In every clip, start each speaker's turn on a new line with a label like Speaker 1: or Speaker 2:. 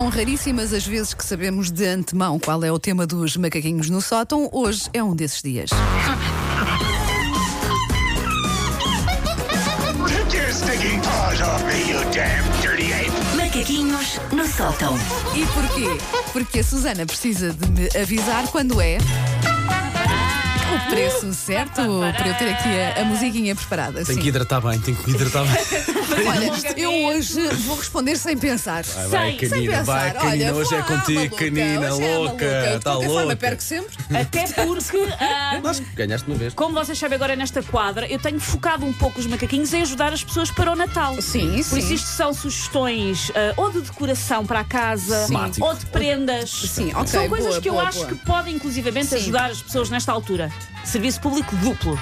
Speaker 1: São raríssimas as vezes que sabemos de antemão qual é o tema dos macaquinhos no sótão. Hoje é um desses dias.
Speaker 2: Take your stinking paws off me, you damn dirty ape!
Speaker 3: Macaquinhos no sótão.
Speaker 1: E porquê? Porque a Susana precisa de me avisar quando é. O preço certo para eu ter aqui a, a musiquinha preparada.
Speaker 4: Tem
Speaker 1: sim.
Speaker 4: que hidratar bem, tem que hidratar bem.
Speaker 1: Olha, eu hoje vou responder sem pensar.
Speaker 4: Vai, vai,
Speaker 1: sem,
Speaker 4: canina,
Speaker 1: pensar.
Speaker 4: vai, canina,
Speaker 1: Olha,
Speaker 4: hoje
Speaker 1: vou
Speaker 4: é
Speaker 1: à
Speaker 4: contigo,
Speaker 1: maluca,
Speaker 4: canina,
Speaker 1: hoje é à maluca.
Speaker 4: louca,
Speaker 1: Eu, De
Speaker 4: tá
Speaker 1: qualquer forma,
Speaker 4: louca.
Speaker 1: perco sempre.
Speaker 5: Até porque, ah,
Speaker 4: Mas ganhaste uma vez.
Speaker 5: como vocês sabem agora nesta quadra, eu tenho focado um pouco os macaquinhos em ajudar as pessoas para o Natal.
Speaker 1: Sim,
Speaker 5: Por isso
Speaker 1: sim.
Speaker 5: isto são sugestões ah, ou de decoração para a casa,
Speaker 4: Sim.
Speaker 5: ou de prendas.
Speaker 1: Sim, ok,
Speaker 5: São coisas
Speaker 1: boa,
Speaker 5: que eu
Speaker 1: boa,
Speaker 5: acho
Speaker 1: boa.
Speaker 5: que podem inclusivamente
Speaker 1: Sim.
Speaker 5: ajudar as pessoas nesta altura. Serviço público duplo.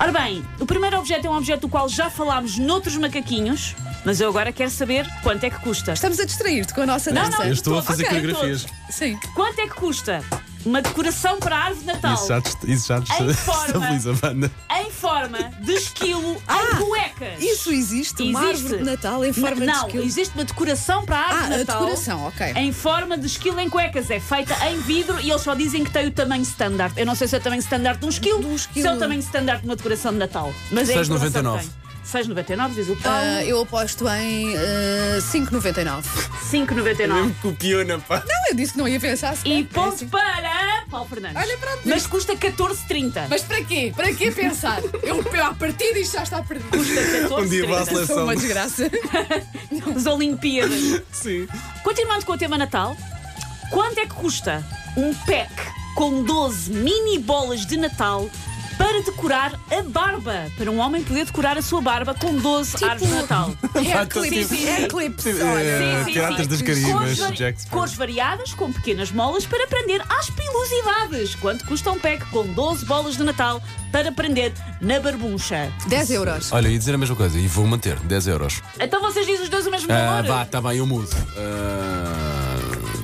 Speaker 5: Ora bem, o primeiro objeto é um objeto do qual já falámos noutros macaquinhos, mas eu agora quero saber quanto é que custa.
Speaker 1: Estamos a distrair-te com a nossa
Speaker 5: Não,
Speaker 1: dança.
Speaker 5: não,
Speaker 4: Eu estou a
Speaker 5: Todos,
Speaker 4: fazer
Speaker 5: ok,
Speaker 4: coreografias.
Speaker 1: Sim.
Speaker 5: Quanto é que custa uma decoração para a árvore de Natal?
Speaker 4: Isso é já, dest- isso já dest-
Speaker 5: Em forma.
Speaker 4: estabiliza a banda.
Speaker 5: em forma de esquilo
Speaker 1: Ah,
Speaker 5: em cuecas.
Speaker 1: Isso existe, uma
Speaker 5: Existe.
Speaker 1: árvore de Natal em forma
Speaker 5: não,
Speaker 1: de esquilo.
Speaker 5: existe uma decoração para a árvore
Speaker 1: Ah,
Speaker 5: de
Speaker 1: a
Speaker 5: Natal.
Speaker 1: decoração, ok.
Speaker 5: Em forma de esquilo em cuecas. É feita em vidro e eles só dizem que tem o tamanho standard. Eu não sei se é o tamanho standard de um esquilo,
Speaker 1: De um esquilo.
Speaker 5: se é o tamanho standard de uma decoração de Natal. Mas é a informação
Speaker 4: 6,99.
Speaker 5: que tem. 6,99, diz o
Speaker 1: Ah,
Speaker 5: Paulo.
Speaker 1: eu aposto em ah, 5,99.
Speaker 5: 5,99.
Speaker 4: Copiona, pá.
Speaker 1: Não, Ah, eu disse que não ia pensar sequer.
Speaker 5: E ponto para Paulo Fernandes.
Speaker 1: Olha, pronto,
Speaker 5: Mas custa 14,30.
Speaker 1: Mas para quê? Para quê pensar? Eu, eu à partida isto já está perdido.
Speaker 5: Custa 14,30.
Speaker 4: Um dia vou à seleção.
Speaker 1: Sou uma desgraça.
Speaker 5: Tipo, As Olimpíadas.
Speaker 4: Sim.
Speaker 5: Continuando com o tema Natal, quanto é que custa um pack com 12 mini bolas de Natal para decorar a barba? Para um homem poder decorar a sua barba com 12
Speaker 1: Tipo
Speaker 5: árvores de Natal.
Speaker 1: É Eclipse,
Speaker 5: sim, sim.
Speaker 1: eclipse.
Speaker 4: Sim,
Speaker 1: Olha.
Speaker 4: é, tipo Piratas das
Speaker 5: Cores,
Speaker 4: Caraíbas,
Speaker 5: vari-
Speaker 4: Jack Sparrow.
Speaker 5: cores variadas com pequenas molas para prender às pilosidades. Quanto custa um pack com 12 bolas de Natal para prender na barbuncha?
Speaker 1: 10 euros.
Speaker 4: Olha, ia dizer a mesma coisa e vou manter 10 euros.
Speaker 5: Então vocês dizem os dois o mesmo
Speaker 4: Ah,
Speaker 5: valor?
Speaker 4: vá, tá bem, eu mudo. Ah,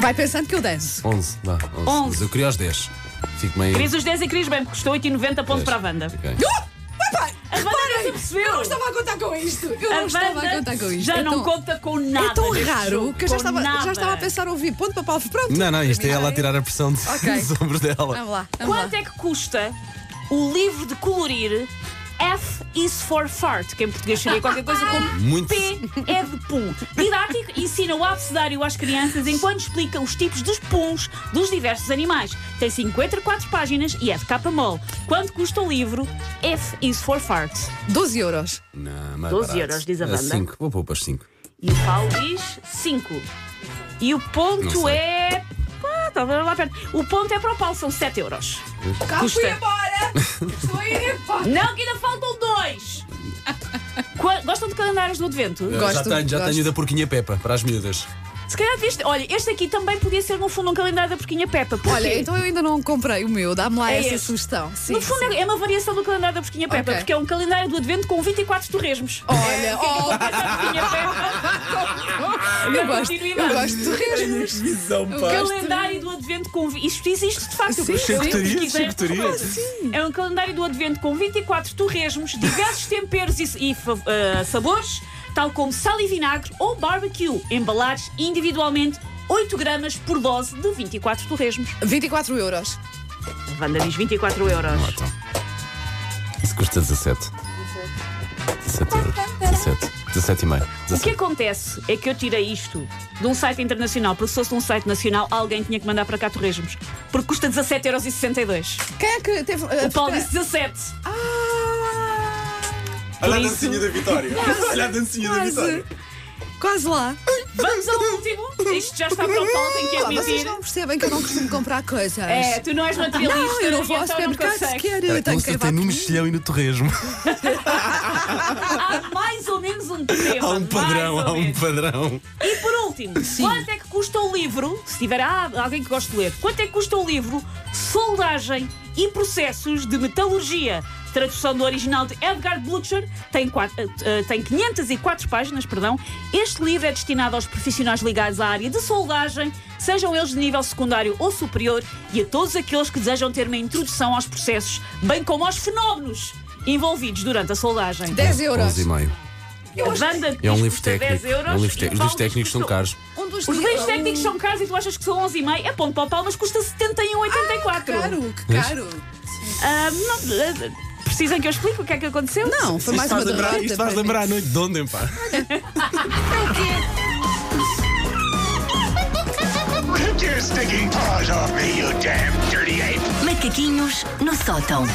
Speaker 1: Vai pensando que eu danço.
Speaker 4: 11, vá. 11.
Speaker 5: Onze.
Speaker 4: Mas eu queria aos 10. Fico meio.
Speaker 5: Querias os 10 e querias bem, porque custou 8,90 ponto para a banda.
Speaker 4: Ok.
Speaker 5: A banda não se percebeu!
Speaker 1: Eu estava a contar com isto. Eu
Speaker 5: A
Speaker 1: não estava a
Speaker 5: banda
Speaker 1: contar com isto.
Speaker 5: Já
Speaker 1: É
Speaker 5: não
Speaker 1: tão-
Speaker 5: conta com nada.
Speaker 1: É tão
Speaker 5: neste
Speaker 1: raro
Speaker 5: jogo,
Speaker 1: que eu já
Speaker 5: com
Speaker 1: estava, já
Speaker 5: nada.
Speaker 1: estava a pensar a ouvir. Ponto para Paulo. Pronto.
Speaker 4: Não, não, isto é ela a tirar a pressão de,
Speaker 1: Ok.
Speaker 4: dos ombros dela.
Speaker 1: Vamos lá. Vamos
Speaker 5: Quanto
Speaker 1: lá.
Speaker 5: é que custa o livro de colorir F is for fart, que em português seria qualquer coisa como
Speaker 4: Muito.
Speaker 5: P é de pum. Didático ensina o abecedário às crianças enquanto explica os tipos dos puns dos diversos animais. Tem 54 páginas e é de capa mole. Quanto custa o livro F is for fart?
Speaker 1: 12 euros.
Speaker 4: Não, mais
Speaker 5: 12
Speaker 4: barato.
Speaker 5: euros, diz a
Speaker 4: É
Speaker 5: banda.
Speaker 4: cinco. Vou pôr para os 5.
Speaker 5: E o Paulo diz 5. E o
Speaker 4: Não
Speaker 5: ponto
Speaker 4: sei.
Speaker 5: é. Ah, estava lá perto. O ponto é para o Paulo, são 7 euros.
Speaker 1: Cá
Speaker 5: Custa.
Speaker 1: fui embora. Estou a ir embora.
Speaker 5: Não, que ainda faltam dois! Qua- Gostam de calendários do advento?
Speaker 4: já
Speaker 1: Gosto,
Speaker 4: tenho, já
Speaker 1: gosto.
Speaker 4: tenho da porquinha Peppa para as miúdas.
Speaker 5: Se calhar viste. Olha, este aqui também podia ser, no fundo, um calendário da Porquinha Peppa. Porquê?
Speaker 1: Olha, então eu ainda não comprei o meu. Dá-me lá
Speaker 5: É
Speaker 1: essa
Speaker 5: este.
Speaker 1: sugestão. Sim,
Speaker 5: no fundo,
Speaker 1: sim.
Speaker 5: é uma variação do calendário da Porquinha Peppa,
Speaker 1: Ok.
Speaker 5: porque é um calendário do advento com 24 torresmos. é
Speaker 1: Olha, oh,
Speaker 5: Essa Porquinha Peppa.
Speaker 1: eu gosto,
Speaker 5: Na
Speaker 1: eu
Speaker 5: continuidade. É
Speaker 1: gosto de torresmos.
Speaker 4: Visão,
Speaker 1: O
Speaker 5: O calendário do advento com. vi- Isto existe de facto. eu
Speaker 1: Sim,
Speaker 5: pesquisei-
Speaker 4: charcutaria,
Speaker 5: pesquisei esta
Speaker 4: charcutaria.
Speaker 5: coisa. É um calendário do advento com 24 torresmos, diversos temperos e, e fa- ah, sabores, tal como sal e vinagre ou barbecue, embalados individualmente 8 gramas por dose de 24 torresmos.
Speaker 1: 24 euros.
Speaker 5: A Wanda diz 24 euros.
Speaker 4: Isso custa 17. 17 euros. 17. 17 e meio.
Speaker 5: O que acontece é que eu tirei isto de um site internacional, porque se fosse de um site nacional, alguém tinha que mandar para cá torresmos, porque custa 17,62€.
Speaker 1: Quem é que teve. Ah,
Speaker 5: O Paulo disse 17.
Speaker 4: Olha
Speaker 5: a dancinha
Speaker 4: da Vitória. Olha a dancinha
Speaker 1: Quase. Quase lá.
Speaker 4: Ah,
Speaker 5: Vamos ao último. Isto já está para o Paulo, tenho que
Speaker 1: Pá, Ah, vocês
Speaker 5: admitir.
Speaker 1: não percebem que eu não costumo comprar coisas.
Speaker 5: É, tu não és materialista.
Speaker 1: não, eu não vou
Speaker 5: e
Speaker 1: ao
Speaker 5: então não
Speaker 1: supermercado
Speaker 5: consegues.
Speaker 1: sequer.
Speaker 4: É,
Speaker 1: Eu tenho que
Speaker 4: tem
Speaker 1: levar
Speaker 4: no
Speaker 1: comigo.
Speaker 4: mexilhão e no torresmo.
Speaker 5: Há mais ou menos um tema.
Speaker 4: Há um padrão,
Speaker 5: mais
Speaker 4: há
Speaker 5: ou
Speaker 4: um
Speaker 5: menos.
Speaker 4: padrão.
Speaker 5: E por último, quanto é que custa o livro? Se tiver ah, alguém que gosta de ler, quanto é que custa o livro Soldagem e Processos de Metalurgia? Tradução do original de Edgar Butcher tem, quat- eh, eh, tem 504 páginas. perdão. Este livro é destinado aos profissionais ligados à área de soldagem, sejam eles de nível secundário ou superior, e a todos aqueles que desejam ter uma introdução aos processos, bem como aos fenómenos envolvidos durante a soldagem.
Speaker 1: 10 euros.
Speaker 4: 11 e meio.
Speaker 5: Banda de
Speaker 4: É um
Speaker 5: disco
Speaker 4: livro
Speaker 5: custa 10
Speaker 4: técnico. É
Speaker 5: euros.
Speaker 4: um
Speaker 5: e
Speaker 4: livro técnico.
Speaker 5: o
Speaker 4: Os
Speaker 5: Paulo
Speaker 4: livros técnicos são
Speaker 5: custou-
Speaker 4: caros.
Speaker 1: Um dos
Speaker 5: Os livros
Speaker 1: um-
Speaker 5: técnicos são caros e tu achas que são 11,5? É ponto para o pau, mas custa 71,84.
Speaker 1: Caro, que caro.
Speaker 5: Ah, não, ah, precisam que eu explique o que é que aconteceu?
Speaker 1: Não, foi mais uma
Speaker 4: Faz lembrar-
Speaker 1: derrota.
Speaker 4: Isto faz
Speaker 1: para mim.
Speaker 4: lembrar a noite de ontem, pá.
Speaker 2: Take your stinking paws off me, you damn dirty ape!
Speaker 3: Macaquinhos no sótão.